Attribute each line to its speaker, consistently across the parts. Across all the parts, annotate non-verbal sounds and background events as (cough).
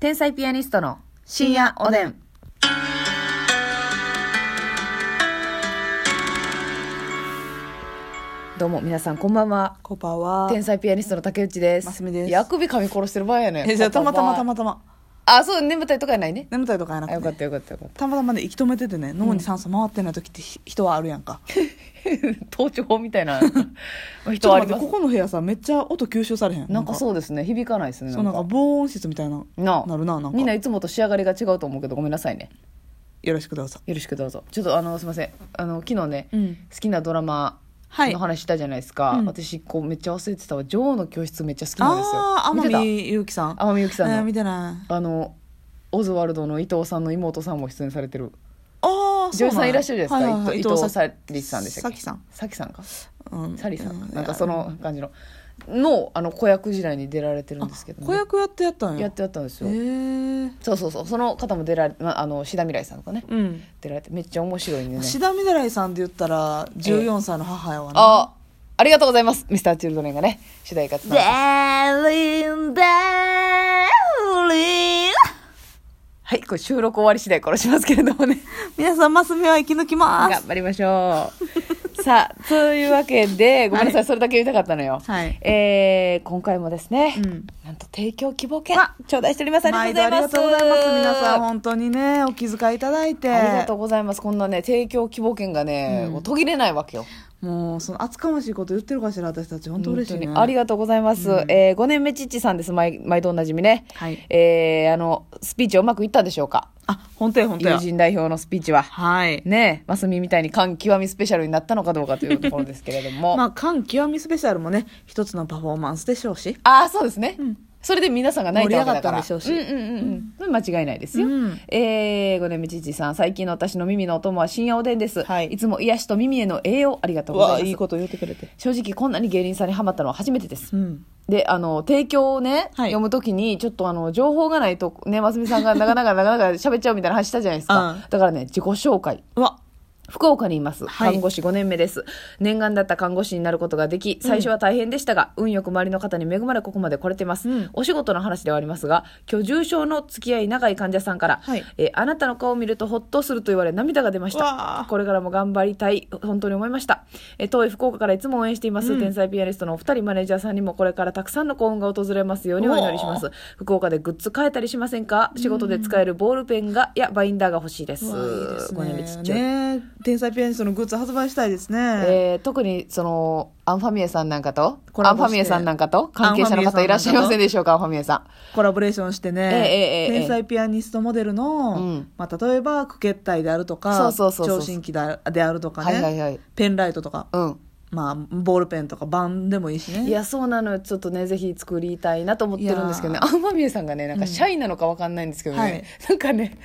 Speaker 1: 天才ピアニストの深夜おでん。どうも皆さんこんばんは。
Speaker 2: こんばんは。
Speaker 1: 天才ピアニストの竹内です。
Speaker 2: ますみです
Speaker 1: いやあくび噛み殺してる場合やねん。
Speaker 2: え、じゃあたまたま
Speaker 1: こ
Speaker 2: た
Speaker 1: んばんは。
Speaker 2: またま。
Speaker 1: あ、そう、眠たいとかやないね。
Speaker 2: 眠たいとかやな
Speaker 1: あ、よ
Speaker 2: く
Speaker 1: か
Speaker 2: て
Speaker 1: っ。たよかったよかった
Speaker 2: またまで息止めててね、脳に酸素回ってない時ってひ人はあるやんか。ち
Speaker 1: た。盗聴法みたいな
Speaker 2: ょ
Speaker 1: (laughs) 人
Speaker 2: っ
Speaker 1: はあ
Speaker 2: と
Speaker 1: り
Speaker 2: 待
Speaker 1: ま
Speaker 2: っ
Speaker 1: す
Speaker 2: て、こ。この部屋さ、めっちゃ音吸収されへん。
Speaker 1: なんか
Speaker 2: う。
Speaker 1: そうですね、響かないですね。
Speaker 2: そう、なんか防音室みたいな。
Speaker 1: なあ
Speaker 2: なるな、なんか。
Speaker 1: みんないつもと仕上がりが違うと思うけどごめんなさいね
Speaker 2: よろしくどうぞ。
Speaker 1: よろしくどうぞちょっとあのすいませんあの昨日ね、
Speaker 2: うん
Speaker 1: 好きなドラマ
Speaker 2: はい
Speaker 1: の話したじゃないですか、
Speaker 2: うん
Speaker 1: 私こうめっちゃ忘れてたわ「女王の教室」めっちゃ好きなんですよ
Speaker 2: あー、
Speaker 1: 見て
Speaker 2: 天
Speaker 1: た
Speaker 2: 海祐希さん。
Speaker 1: 天海祐希さんの
Speaker 2: えー見てない。
Speaker 1: あのオズワルドの伊藤さんの妹さんも出演されてる
Speaker 2: ああ、
Speaker 1: 女優さんいらっしゃるじゃないですか、伊藤
Speaker 2: さ
Speaker 1: 沙莉さんでしたっけ
Speaker 2: さきさん。
Speaker 1: さきさんか
Speaker 2: うん
Speaker 1: サリさんか、
Speaker 2: う
Speaker 1: なんかその感じののあの子役時代に出られてるんですけど、
Speaker 2: 子役やってやったん
Speaker 1: やっ
Speaker 2: や。
Speaker 1: てあったんです
Speaker 2: へ
Speaker 1: よ、
Speaker 2: え。
Speaker 1: そうそうそうその方も出られ、まあ、あの志田未来さんとかね、
Speaker 2: うん。
Speaker 1: 出られてめっちゃ面白いんでね
Speaker 2: 志田みだらいさんで言ったら、14歳の母やわな。
Speaker 1: あ、ありがとうございます。ミスターチルドレンがね、主題歌つながはい、これ収録終わり次第殺しますけれどもね。
Speaker 2: 皆さん、マスミは生き抜きます
Speaker 1: 頑。張りましょう。 (laughs) さあ、というわけで、ごめんなさい、それだけ言いたかったのよ。
Speaker 2: はい
Speaker 1: えー、今回もですね、
Speaker 2: うん
Speaker 1: なんと提供希望券、頂戴しております。あ
Speaker 2: 毎
Speaker 1: りが
Speaker 2: 度あり
Speaker 1: とうご
Speaker 2: が
Speaker 1: ざ
Speaker 2: と
Speaker 1: いうま
Speaker 2: ご
Speaker 1: す。
Speaker 2: ざいます。皆さん、本当にね、お気遣いいただいて。
Speaker 1: ありがとうございます。こんなね、提供希望券がね、
Speaker 2: うん
Speaker 1: もう途切れないわけよ。
Speaker 2: もう、その厚かましいこと言ってるかしら、私たち。本当嬉しい
Speaker 1: 本
Speaker 2: ね。
Speaker 1: 当にありがとうございます。えー、5年目ちっちさんです。毎毎度おなじみね。
Speaker 2: はい
Speaker 1: えー、あの、スピーチうまくいったでしょうか
Speaker 2: あ、本当や、本当
Speaker 1: 友
Speaker 2: や。
Speaker 1: 人代表のスピーチは。
Speaker 2: はい。
Speaker 1: ねえ、マスミみたいに感極みスペシャルになったのかどうかというところですけれど
Speaker 2: (laughs)
Speaker 1: も。
Speaker 2: まあ、感極みスペシャルもね、一つのパフォーマンスでしょうし。
Speaker 1: ああ、そうですね。それで皆さんが泣いたわけだから。
Speaker 2: 盛り上がった
Speaker 1: う
Speaker 2: んで
Speaker 1: んうんうんうん。間違いないですよ。
Speaker 2: うん
Speaker 1: えー、ごねみちちさん、最近の私の耳のお供は深夜おでんです。
Speaker 2: はい
Speaker 1: いつも癒しと耳への栄養ありがとうございます。
Speaker 2: こと言ってくれて。
Speaker 1: 正直こんなに芸人さんにハマったのは初めてです
Speaker 2: う。ん。
Speaker 1: で、あの、提供をね、
Speaker 2: はい
Speaker 1: 読むときに、ちょっとあの、情報がないと、ね、ますみさんがなかなかなかなか喋っちゃうみたいな話したじゃないですか。
Speaker 2: うん
Speaker 1: だからね、自己紹介。
Speaker 2: うわ、
Speaker 1: 福岡にいます。
Speaker 2: はい
Speaker 1: 看護師5年目です。念願だった看護師になることができ、最初は大変でしたが、運よく周りの方に恵まれここまで来れてます。
Speaker 2: うん
Speaker 1: お仕事の話ではありますが、今日重症の付き合い長い患者さんから、
Speaker 2: はい
Speaker 1: えーあなたの顔を見るとほっとすると言われ涙が出まし
Speaker 2: うわ
Speaker 1: た
Speaker 2: ー。
Speaker 1: これからも頑張りたい、本当に思いました。えー遠い福岡からいつも応援しています、天才ピアニストのお二人マネージャーさんにもこれからたくさんの幸運が訪れますようにお祈りします。福岡でグッズ買えたりしませんか仕事で使えるボールペンが、いや、バインダーが欲しいです。
Speaker 2: うわいいです
Speaker 1: ごねみちっ
Speaker 2: ね。
Speaker 1: ちゃい
Speaker 2: ね天才ピアニストのグッズ発売したいですね。
Speaker 1: えー特にそのアンファミエさんなんかと
Speaker 2: コ
Speaker 1: ア
Speaker 2: ラ
Speaker 1: ンファ
Speaker 2: ボして
Speaker 1: ミエさんなんかと関係者の
Speaker 2: アンファミエさんなんか
Speaker 1: 方
Speaker 2: と
Speaker 1: いらっしゃいませんでしょうかアンファミエさん
Speaker 2: コラボレーションしてね、
Speaker 1: ええええええ
Speaker 2: 天才ピアニストモデルの、
Speaker 1: うん
Speaker 2: まあ、例えば苦血体であるとか
Speaker 1: そうそうそうそう
Speaker 2: 聴診器であであるとかね、
Speaker 1: はいはいはい
Speaker 2: ペンライトとか、
Speaker 1: うん
Speaker 2: まあ、ボールペンとかバンでもいいしね
Speaker 1: いやそうなのよちょっとねぜひ作りたいなと思ってるんですけどね
Speaker 2: い
Speaker 1: アンファミエさんがねなんかシャイなのかわかんないんですけどね、
Speaker 2: はい
Speaker 1: なんかね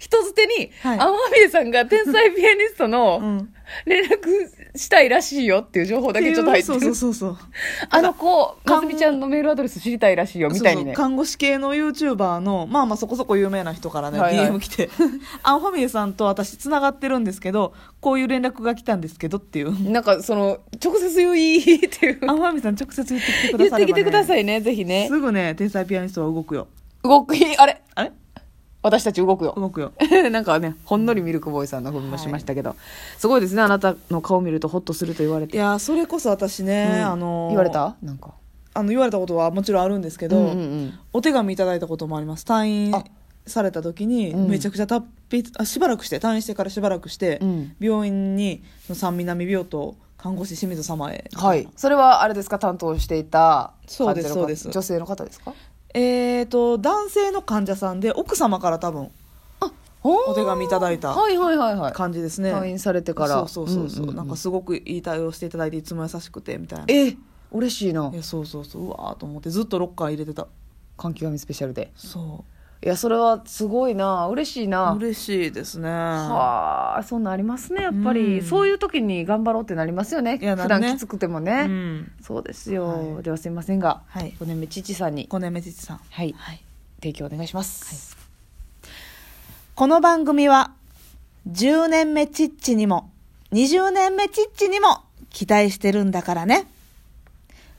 Speaker 1: 人捨てに、
Speaker 2: はい
Speaker 1: アンファミエさんが天才ピアニスト
Speaker 2: う
Speaker 1: の
Speaker 2: ん、
Speaker 1: 連絡したいらしいよっていう情報だけちょっと入って
Speaker 2: そうそう
Speaker 1: る
Speaker 2: そうそう
Speaker 1: (laughs) あの子ますみちゃんのメールアドレス知りたいらしいよみたいに
Speaker 2: そうそう
Speaker 1: ね
Speaker 2: 看護師系の YouTuber のまあまあそこそこ有名な人からね、
Speaker 1: はいはい
Speaker 2: DM 来
Speaker 1: (laughs)
Speaker 2: て「アンファミリーさんと私つながってるんですけどこういう連絡が来たんですけ
Speaker 1: (laughs)
Speaker 2: ど」っていう
Speaker 1: なんかその直接言いっていう
Speaker 2: アンファミリーさん直接言ってきてくだ
Speaker 1: 言っ
Speaker 2: さ
Speaker 1: て
Speaker 2: れば、ね、
Speaker 1: きてくださいねぜひね
Speaker 2: すぐね天才ピアニストは動くよ
Speaker 1: 動くあれ
Speaker 2: あれ
Speaker 1: 私たち動くよ。
Speaker 2: 動くよ
Speaker 1: (laughs) なんかね、ほんのりミルクボーイさんのふみもしましたけど、すごいですね、あなたの顔見るとホッとすると言われ
Speaker 2: い
Speaker 1: て。
Speaker 2: やーそれこそ私ね、
Speaker 1: うん
Speaker 2: あのー
Speaker 1: 言われたなんか。
Speaker 2: あの言われたことはもちろんあるんですけど、
Speaker 1: うんうんうん
Speaker 2: お手紙いただいたこともあります退院
Speaker 1: あ
Speaker 2: された時に
Speaker 1: うん
Speaker 2: めちゃくちゃ達筆、あしばらくして退院してからしばらくして、
Speaker 1: うん
Speaker 2: 病院にその三南病棟看護師清水様へ
Speaker 1: はい。それはあれですか、担当していた
Speaker 2: そうで
Speaker 1: 患
Speaker 2: す
Speaker 1: 者の方
Speaker 2: そうです
Speaker 1: 女性の方ですか
Speaker 2: えー、と男性の患者さんで奥様から多分
Speaker 1: あ、お
Speaker 2: お手紙いただいた
Speaker 1: はいはいはいはい。
Speaker 2: 感じですね
Speaker 1: 退院されてから。
Speaker 2: そうそうそうそう,、
Speaker 1: んんん
Speaker 2: なんかすごくいい対応していただいていつも優しくてみたいな。
Speaker 1: え、嬉しいない
Speaker 2: やそうそうそううわーと思ってずっとロッカー入れてた
Speaker 1: 環境紙スペシャルで。
Speaker 2: そ
Speaker 1: いや、それはすごいな嬉しいうな
Speaker 2: 嬉しいですね
Speaker 1: はあ、そんなんありますね、やっぱり。
Speaker 2: うん
Speaker 1: そういう時に頑張ろうってなりますよね。
Speaker 2: いや
Speaker 1: 普
Speaker 2: な
Speaker 1: 段
Speaker 2: るね
Speaker 1: きつくてもね。
Speaker 2: うん
Speaker 1: そうですよ、
Speaker 2: はい
Speaker 1: ではすいませんが、
Speaker 2: はい
Speaker 1: 5年目ちちさんに、
Speaker 2: 5年目父さん
Speaker 1: はい
Speaker 2: はい
Speaker 1: 提供お願いします、
Speaker 2: この番組は10年目チッチにも20年目チッチにも期待してるんだからね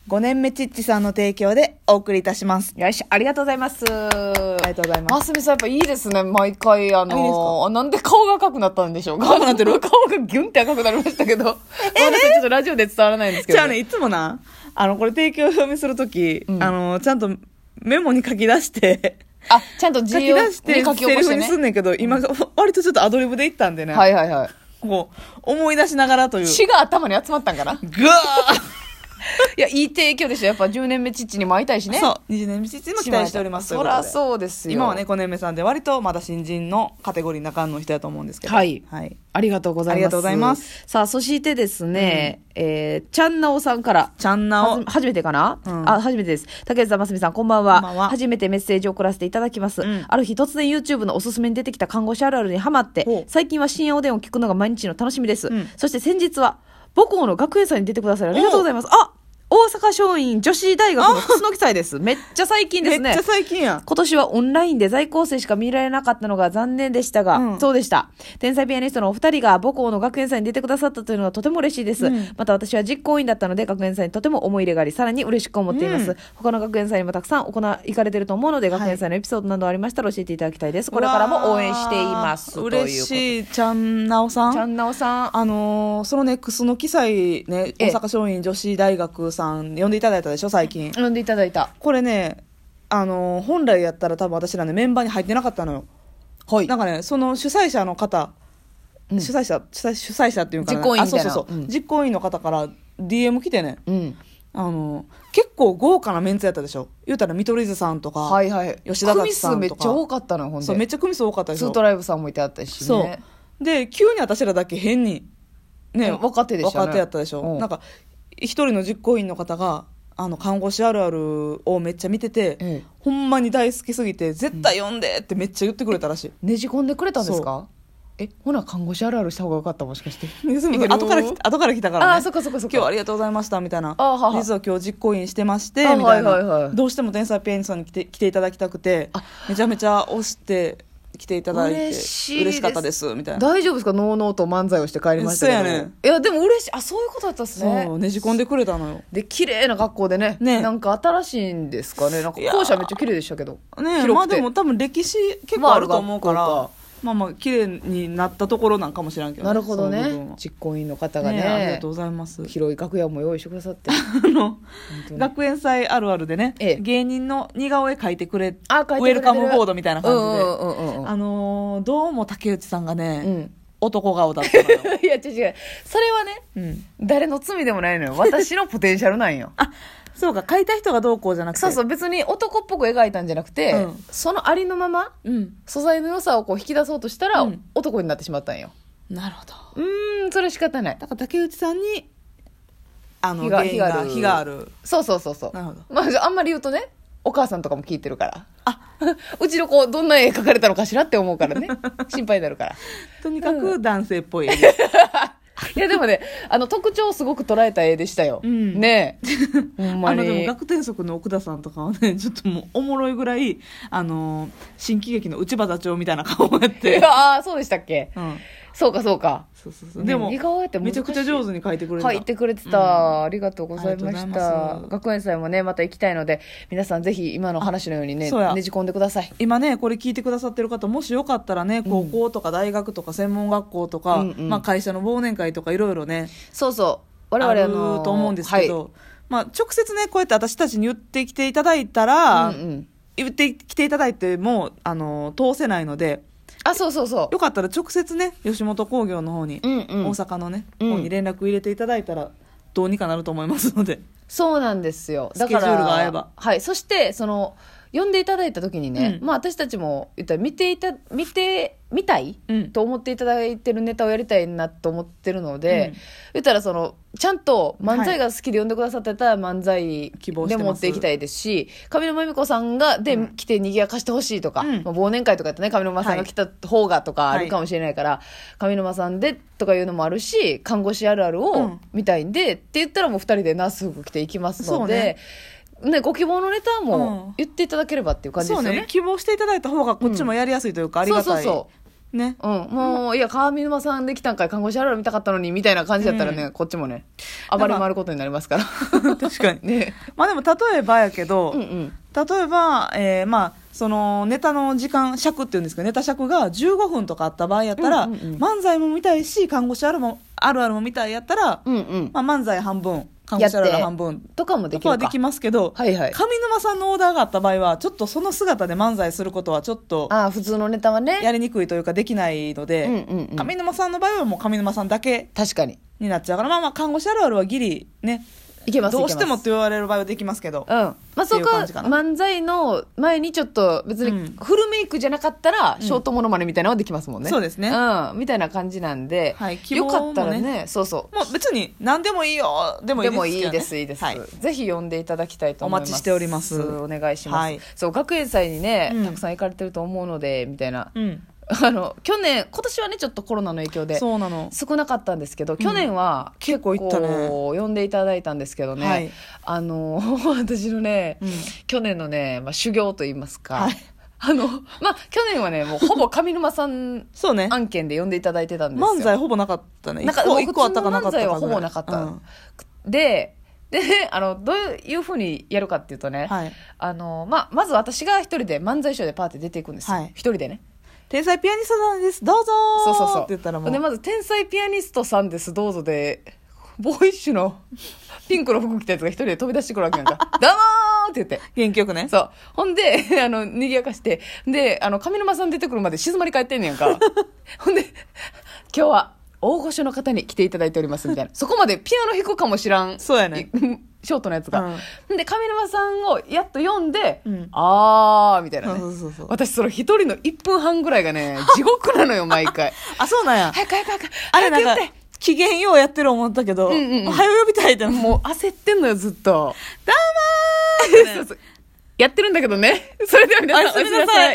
Speaker 2: 5年目チッチさんの提供でお送りいたします。
Speaker 1: よし、ありがとうございます。あ
Speaker 2: りがとうございます
Speaker 1: ますみさんやっぱいいですね、毎回。あ
Speaker 2: あいいですか
Speaker 1: の、あなんで顔が赤くなったんでしょうか。
Speaker 2: 赤くなってる
Speaker 1: 顔がギュンって赤くなりましたけど。ええちょっとラジオで伝わらないんですけ
Speaker 2: じ
Speaker 1: ど。
Speaker 2: ゃあね、いつもな、あの、これ提供表明するとき、あの、ちゃんとメモに書き出して、
Speaker 1: あ、ちゃんと字
Speaker 2: 書き
Speaker 1: を
Speaker 2: 出して、
Speaker 1: ね書き
Speaker 2: セ
Speaker 1: 起こ
Speaker 2: リ
Speaker 1: し
Speaker 2: フ
Speaker 1: て
Speaker 2: に
Speaker 1: ね
Speaker 2: す。んねんけど、今が、割とちょっとアドリブでいったんでね、
Speaker 1: はいはいはい。
Speaker 2: こう、思い出しながらという。。
Speaker 1: 血が頭に集まったんかな
Speaker 2: ぐー
Speaker 1: (laughs) いや、いい提供でした。やっぱ10年目チッチにも会いたいしね。
Speaker 2: そう、20年目実も期待しております。
Speaker 1: そら
Speaker 2: う。
Speaker 1: そうですよ。
Speaker 2: 今はね、5年目さんで割とまだ新人のカテゴリーの中の人やと思うんですけど。
Speaker 1: はい
Speaker 2: はい。
Speaker 1: ありがとうございます。
Speaker 2: ありがとうございます。
Speaker 1: さあ、そしてですね、えー、ちゃんなおさんから。
Speaker 2: ちゃんな
Speaker 1: は
Speaker 2: お
Speaker 1: じ。初めてかな、
Speaker 2: うん
Speaker 1: あ、初めてです。竹内さん、ますみさん、こんばんは。
Speaker 2: こんばんは
Speaker 1: 初めてメッセージを送らせていただきます。
Speaker 2: うん
Speaker 1: ある日、突然 YouTube のおすすめに出てきた看護師あるあるにハマって
Speaker 2: ほう、
Speaker 1: 最近は深夜おでんを聞くのが毎日の楽しみです。
Speaker 2: うん
Speaker 1: そして先日は、母校の学園祭に出てくださりありがとうございます。あ大阪松陰女子大学の楠木祭です。めっちゃ最近ですね。
Speaker 2: めっちゃ最近やん。
Speaker 1: 今年はオンラインで在校生しか見られなかったのが残念でしたが、
Speaker 2: うん
Speaker 1: そうでした。天才ピアニストのお二人が母校の学園祭に出てくださったというのはとても嬉しいです。
Speaker 2: うん
Speaker 1: また私は実行委員だったので学園祭にとても思い入れがあり、さらに嬉しく思っています。
Speaker 2: うん
Speaker 1: 他の学園祭にもたくさん行な行かれてると思うので、
Speaker 2: い
Speaker 1: 学園祭のエピソードなどありましたら教えていただきたいです。これからも応援しています。
Speaker 2: うわー
Speaker 1: という
Speaker 2: 嬉
Speaker 1: ことで
Speaker 2: しい、ちゃんなおさん。
Speaker 1: ちゃんなおさん。
Speaker 2: あのーそのね、楠木祭ね、
Speaker 1: ええ
Speaker 2: 大阪松陰女子大学さん呼んでいただいたでしょ、最近。
Speaker 1: 呼んでいただいた。
Speaker 2: これね、あのー本来やったら多分私らね、メンバーに入ってなかったのよ。
Speaker 1: はい
Speaker 2: なんかね、その主催者の方、
Speaker 1: うん
Speaker 2: 主催者、主催主催者っていうかね、
Speaker 1: 実行委員
Speaker 2: あ
Speaker 1: み
Speaker 2: そ
Speaker 1: た
Speaker 2: う
Speaker 1: い
Speaker 2: そ
Speaker 1: な
Speaker 2: うそう、
Speaker 1: うん
Speaker 2: 実行委員の方から DM 来てね、
Speaker 1: うん。
Speaker 2: あのー結構豪華なメンツやったでしょ。言うたら見取り図さんとか、
Speaker 1: はいはい。
Speaker 2: 吉田達
Speaker 1: 組
Speaker 2: さん
Speaker 1: 数
Speaker 2: と
Speaker 1: めっ
Speaker 2: か
Speaker 1: ちゃ多かったのよ、ほん
Speaker 2: そうめっ
Speaker 1: で。
Speaker 2: ちゃ組数多かったでし
Speaker 1: ツー
Speaker 2: ょ。
Speaker 1: トライブさんもいてあったしね。
Speaker 2: そうで急に私らだけ変にね
Speaker 1: うん若手でしたね
Speaker 2: 若手やったでしょ、
Speaker 1: うん
Speaker 2: なんか一人の実行委員の方があの看護師あるあるをめっちゃ見てて、
Speaker 1: ええ
Speaker 2: ほんまに大好きすぎて絶対呼んでってめっちゃ言ってくれたらしい、
Speaker 1: ねじ込んでくれたんですかえほな看護師あるあるした方がよかったもしかして
Speaker 2: ねその
Speaker 1: いける
Speaker 2: 後から来た後から来たから、ね、
Speaker 1: あーそっかそっかそっか
Speaker 2: 今日はありがとうございましたみたいな
Speaker 1: あーはは
Speaker 2: 実は今日実行委員してまして
Speaker 1: あー
Speaker 2: みたいな、
Speaker 1: はいはいはい
Speaker 2: どうしても天才ピアニストに来て来ていただきたくてめちゃめちゃ押して来ていただいて
Speaker 1: 嬉しいです
Speaker 2: 嬉しかったですみたいな
Speaker 1: 大丈夫ですかノーノーと漫才をして帰りましたけど
Speaker 2: そうやね
Speaker 1: いやでも嬉しいあそういうことだったっすね
Speaker 2: そうねじ込んでくれたのよ
Speaker 1: で綺麗な学校でね
Speaker 2: ね
Speaker 1: なんか新しいんですかねなんか
Speaker 2: いやー
Speaker 1: 校舎めっちゃ綺麗でしたけど
Speaker 2: ねえま
Speaker 1: 広
Speaker 2: あ
Speaker 1: くて
Speaker 2: でも多分歴史結構あると思うから、
Speaker 1: まあある学校か
Speaker 2: まあまあ綺麗になったところなんかもしらんけどね、
Speaker 1: なるほど
Speaker 2: その部分
Speaker 1: ね
Speaker 2: は
Speaker 1: 実行委員の方が
Speaker 2: ねえありが
Speaker 1: ね
Speaker 2: とうございます
Speaker 1: 広い楽屋も用意してくださって
Speaker 2: あの
Speaker 1: 当に
Speaker 2: 学園祭あるあるでね、
Speaker 1: ええ
Speaker 2: 芸人の似顔絵描いてくれ
Speaker 1: あ書いてくれてる
Speaker 2: ウェルカムボードみたいな感じで、
Speaker 1: うんうんうんうん
Speaker 2: あのーどうも竹内さんがね、
Speaker 1: うん (laughs)
Speaker 2: 男顔だったのよ、
Speaker 1: いや違う違 (laughs) うそれはね
Speaker 2: うん
Speaker 1: 誰の罪でもないのよ私のポテンシャルなんよ
Speaker 2: あそうか描いた人がどうこうじゃなくて、
Speaker 1: そうそうう別に男っぽく描いたんじゃなくて、
Speaker 2: うん
Speaker 1: そのありのまま
Speaker 2: うん、
Speaker 1: 素材の良さをこう引き出そうとしたら、
Speaker 2: うん
Speaker 1: 男になってしまったんよ
Speaker 2: なるほど
Speaker 1: うーんそれは仕方ない
Speaker 2: だから竹内さんにあの
Speaker 1: 火が
Speaker 2: 原因が
Speaker 1: 火がある
Speaker 2: 火がある
Speaker 1: そうそうそうそう
Speaker 2: なるほど
Speaker 1: まあ、あんまり言うとねお母さんとかも聞いてるから
Speaker 2: あ
Speaker 1: (laughs) うちの子どんな絵描かれたのかしらって思う
Speaker 2: (laughs)
Speaker 1: からね心配になるから
Speaker 2: とにか
Speaker 1: う
Speaker 2: く男性っ
Speaker 1: (laughs)
Speaker 2: ぽい、
Speaker 1: いやでもねあの特徴をすごく捉えた絵でしたよ、
Speaker 2: うん
Speaker 1: ねえほ
Speaker 2: (laughs)
Speaker 1: んま
Speaker 2: あのでも
Speaker 1: に
Speaker 2: 学天則の奥田さんとかはね (laughs) ちょっともうおもろいぐらいあのー新喜劇の内場座長みたいな顔をや
Speaker 1: い
Speaker 2: っ
Speaker 1: (laughs)
Speaker 2: て、
Speaker 1: やあーそうでしたっけ
Speaker 2: うん、
Speaker 1: そうかそうか
Speaker 2: そうそうそう
Speaker 1: ね
Speaker 2: でも
Speaker 1: 似顔絵って難しい
Speaker 2: めちゃくちゃ上手に描いてくれた
Speaker 1: 書いてくれてた、ありがとうございま
Speaker 2: あ
Speaker 1: し
Speaker 2: りがとうござ
Speaker 1: た
Speaker 2: います
Speaker 1: 学園祭もねまた行きたいので皆さんぜひ今の話のようにね
Speaker 2: あそうや
Speaker 1: ねじ込んでください
Speaker 2: 今ねこれ聞いてくださってる方もしよかったらね高校とか大学とか専門学校とか、
Speaker 1: うんうん
Speaker 2: まあ、会社の忘年会とかいろいろね
Speaker 1: そうそう我
Speaker 2: あ
Speaker 1: 々
Speaker 2: る
Speaker 1: あの
Speaker 2: と思うんですけど、まあ、直接ねこうやって私たちに言ってきていただいたら、
Speaker 1: はいうんうん、
Speaker 2: 言ってきていただいてもあの通せないので
Speaker 1: あそうそうそ
Speaker 2: よかったら直接ね吉本興業の方に、
Speaker 1: ううんう
Speaker 2: 大
Speaker 1: ん
Speaker 2: 阪のね、
Speaker 1: うん
Speaker 2: 方に連絡入れていただいたらどうにかなると思いますので、
Speaker 1: そうなんですよだから
Speaker 2: スケジュールが合えば
Speaker 1: はいそしてその呼んでいただいた時にね、
Speaker 2: うん
Speaker 1: まあ私たちも言ったら見ていた見て見たい、
Speaker 2: うん
Speaker 1: と思っていただいてるネタをやりたいなと思ってるので、
Speaker 2: うん
Speaker 1: 言ったらそのちゃんと漫才が好きで呼んでくださってたら漫才
Speaker 2: 希望し
Speaker 1: で
Speaker 2: てます
Speaker 1: 持っていきたいですし上沼恵美子さんがで、来て賑やかしてほしいとか、
Speaker 2: うん
Speaker 1: まあ忘年会とかやってね上沼さんが来た方がとかあるかもしれないから、上沼さんでとかいうのもあるし看護師あるある
Speaker 2: う
Speaker 1: を
Speaker 2: ん
Speaker 1: 見たいんで、って言ったらもう2人でナース服着ていきますので、ねご希望のネタ
Speaker 2: う
Speaker 1: も
Speaker 2: ん
Speaker 1: 言っていただければっていう感じで
Speaker 2: そう
Speaker 1: すよね。
Speaker 2: ね希望していただいた方がこっちもやりやすいというか、ありがたい
Speaker 1: そうそうそ
Speaker 2: ね。
Speaker 1: うん、もう、いや、川沼さんできたんかい、看護師あるある見たかったのに、みたいな感じだったらね、こっちもね、暴れ回ることになりますから。
Speaker 2: 確かに。
Speaker 1: ね。
Speaker 2: まあでも、例えばやけど、
Speaker 1: うんうん。
Speaker 2: 例えば、えーまあ、そのネタの時間尺っていうんですけどネタ尺が15分とかあった場合やったら、
Speaker 1: うんうんうん
Speaker 2: 漫才も見たいし看護師あるもあるあるも見たいやったら、
Speaker 1: うんうん。
Speaker 2: まあ、漫才半分看護師あるある半分
Speaker 1: とかもで
Speaker 2: と
Speaker 1: き
Speaker 2: か
Speaker 1: る
Speaker 2: は
Speaker 1: か。
Speaker 2: できますけど、
Speaker 1: はいはい。
Speaker 2: 上沼さんのオーダーがあった場合はちょっとその姿で漫才することはちょっと
Speaker 1: ああ、普通のネタはね。
Speaker 2: やりにくいというかできないの
Speaker 1: うん
Speaker 2: で、
Speaker 1: うんうん。
Speaker 2: 上沼さんの場合はもう上沼さんだけ
Speaker 1: 確かに。
Speaker 2: になっちゃうからまあまあ看護師あるあるはギリね
Speaker 1: いけます
Speaker 2: どうして
Speaker 1: い
Speaker 2: もっ
Speaker 1: け
Speaker 2: て言われる場合はできますけど、
Speaker 1: ますうん。まあ、そこは
Speaker 2: っていう感じかな
Speaker 1: 漫才の前にちょっと別
Speaker 2: う
Speaker 1: に
Speaker 2: ん
Speaker 1: フルメイクじゃなかったら、ショートモノマネみたいなのはできますもんね。
Speaker 2: そうですね
Speaker 1: うん。みたいな感じなんで、
Speaker 2: はい希
Speaker 1: よ
Speaker 2: 望もね
Speaker 1: かったらね、そうそう。
Speaker 2: もう別に何でもいいよでもいい
Speaker 1: で
Speaker 2: です
Speaker 1: もいい
Speaker 2: けどね
Speaker 1: です、いいです、
Speaker 2: はい
Speaker 1: ぜひ呼んでいただきたいと思います。
Speaker 2: お待ちしております
Speaker 1: お願いします。
Speaker 2: はい
Speaker 1: そう、学園祭にね、
Speaker 2: うん
Speaker 1: たくさん行かれてると思うので、みたいな。
Speaker 2: うん、
Speaker 1: あの、去年、今年はね、ちょっとコロナの影響で、
Speaker 2: そうなの
Speaker 1: 少なかったんですけど、去年は
Speaker 2: 結構行ったね
Speaker 1: 呼んでいただいたんですけどね、
Speaker 2: はい
Speaker 1: あの、 (laughs) 私のね、
Speaker 2: うん
Speaker 1: 去年のね、まあ、修行と言いますか、
Speaker 2: はい
Speaker 1: あの、まあ、去年はね、もうほぼ上沼さん
Speaker 2: そうね
Speaker 1: 案件で呼んでいただいてたんですよ。
Speaker 2: 漫才ほぼなかったね
Speaker 1: なんか
Speaker 2: 一個
Speaker 1: 僕
Speaker 2: 一個あったかなかっ
Speaker 1: 漫
Speaker 2: たか
Speaker 1: 才
Speaker 2: ぐら
Speaker 1: はいほぼなかった、
Speaker 2: うん
Speaker 1: でであのどういうふうにやるかっていうとね、
Speaker 2: はい
Speaker 1: あのまあ、まず私が一人で漫才ショーでパーって出ていくんですよ一、
Speaker 2: はい
Speaker 1: 人でね
Speaker 2: 天才ピアニストなんですどうぞー
Speaker 1: そうそうそう
Speaker 2: って言ったらもう
Speaker 1: でまず「天才ピアニストさんですどうぞで」ボーイッシュのピンクの服着たやつが一人で飛び出してくるわけや
Speaker 2: (laughs)
Speaker 1: んか「どうもー!」って言って。
Speaker 2: 元気よくね
Speaker 1: そう。ほんで、 (laughs) あの、賑やかして、で、あの、上沼さん出てくるまで静まり返ってんねやん
Speaker 2: (laughs)
Speaker 1: か。ほんで、今日は大御所の方に来ていただいておりますみたい
Speaker 2: (laughs)
Speaker 1: な。そこまでピアノ弾くかもしらん。
Speaker 2: そうやね。
Speaker 1: (laughs) ショートのやつが。
Speaker 2: うん
Speaker 1: ん、で、上沼さんをやっと読んで、
Speaker 2: うん
Speaker 1: あー、みたいなね。
Speaker 2: そうそうそう
Speaker 1: 私、その一人の1分半ぐらいがね、地獄なのよ、毎回。
Speaker 2: あそうなんや
Speaker 1: 早く早く早く。
Speaker 2: あれなん
Speaker 1: 早く言っ
Speaker 2: か
Speaker 1: て。
Speaker 2: 機嫌ようやってる思ったけど、
Speaker 1: うんうんうん
Speaker 2: おはよう呼びたいってもう
Speaker 1: もう焦ってんのよ、ずっと。
Speaker 2: どうもー
Speaker 1: そうそうやってるんだけどね。それでは皆さん、お (laughs)
Speaker 2: お
Speaker 1: や
Speaker 2: や
Speaker 1: す
Speaker 2: す
Speaker 1: み
Speaker 2: み
Speaker 1: な
Speaker 2: な
Speaker 1: さ
Speaker 2: さ
Speaker 1: い
Speaker 2: い。